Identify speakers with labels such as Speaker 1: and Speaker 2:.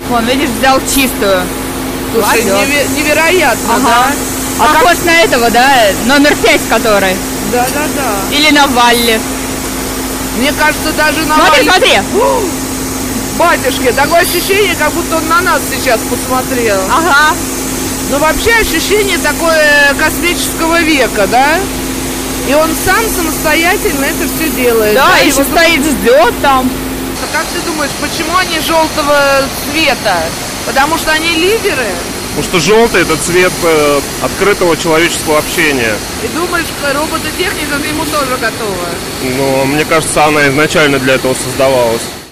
Speaker 1: Вон, видишь, взял чистую.
Speaker 2: Слушай,
Speaker 1: Кладёт.
Speaker 2: неве- невероятно,
Speaker 1: Ага. А похож на этого, да? Номер пять который.
Speaker 2: да? Да, да, да.
Speaker 1: Или на Валли.
Speaker 2: Мне кажется, даже на
Speaker 1: Смотри,
Speaker 2: моей-
Speaker 1: смотри.
Speaker 2: Фу! Батюшки, такое ощущение, как будто он на нас сейчас посмотрел.
Speaker 1: Ага.
Speaker 2: Ну, вообще ощущение такое э, космического века, да? И он сам самостоятельно это все делает.
Speaker 1: Да,
Speaker 2: И
Speaker 1: еще
Speaker 2: вот
Speaker 1: стоит, ждет там.
Speaker 2: А Как ты думаешь, почему они желтого цвета? Потому что они лидеры?
Speaker 3: Потому что желтый это цвет э, открытого человеческого общения.
Speaker 2: И думаешь, что робототехника к нему тоже готова?
Speaker 3: Но мне кажется, она изначально для этого создавалась.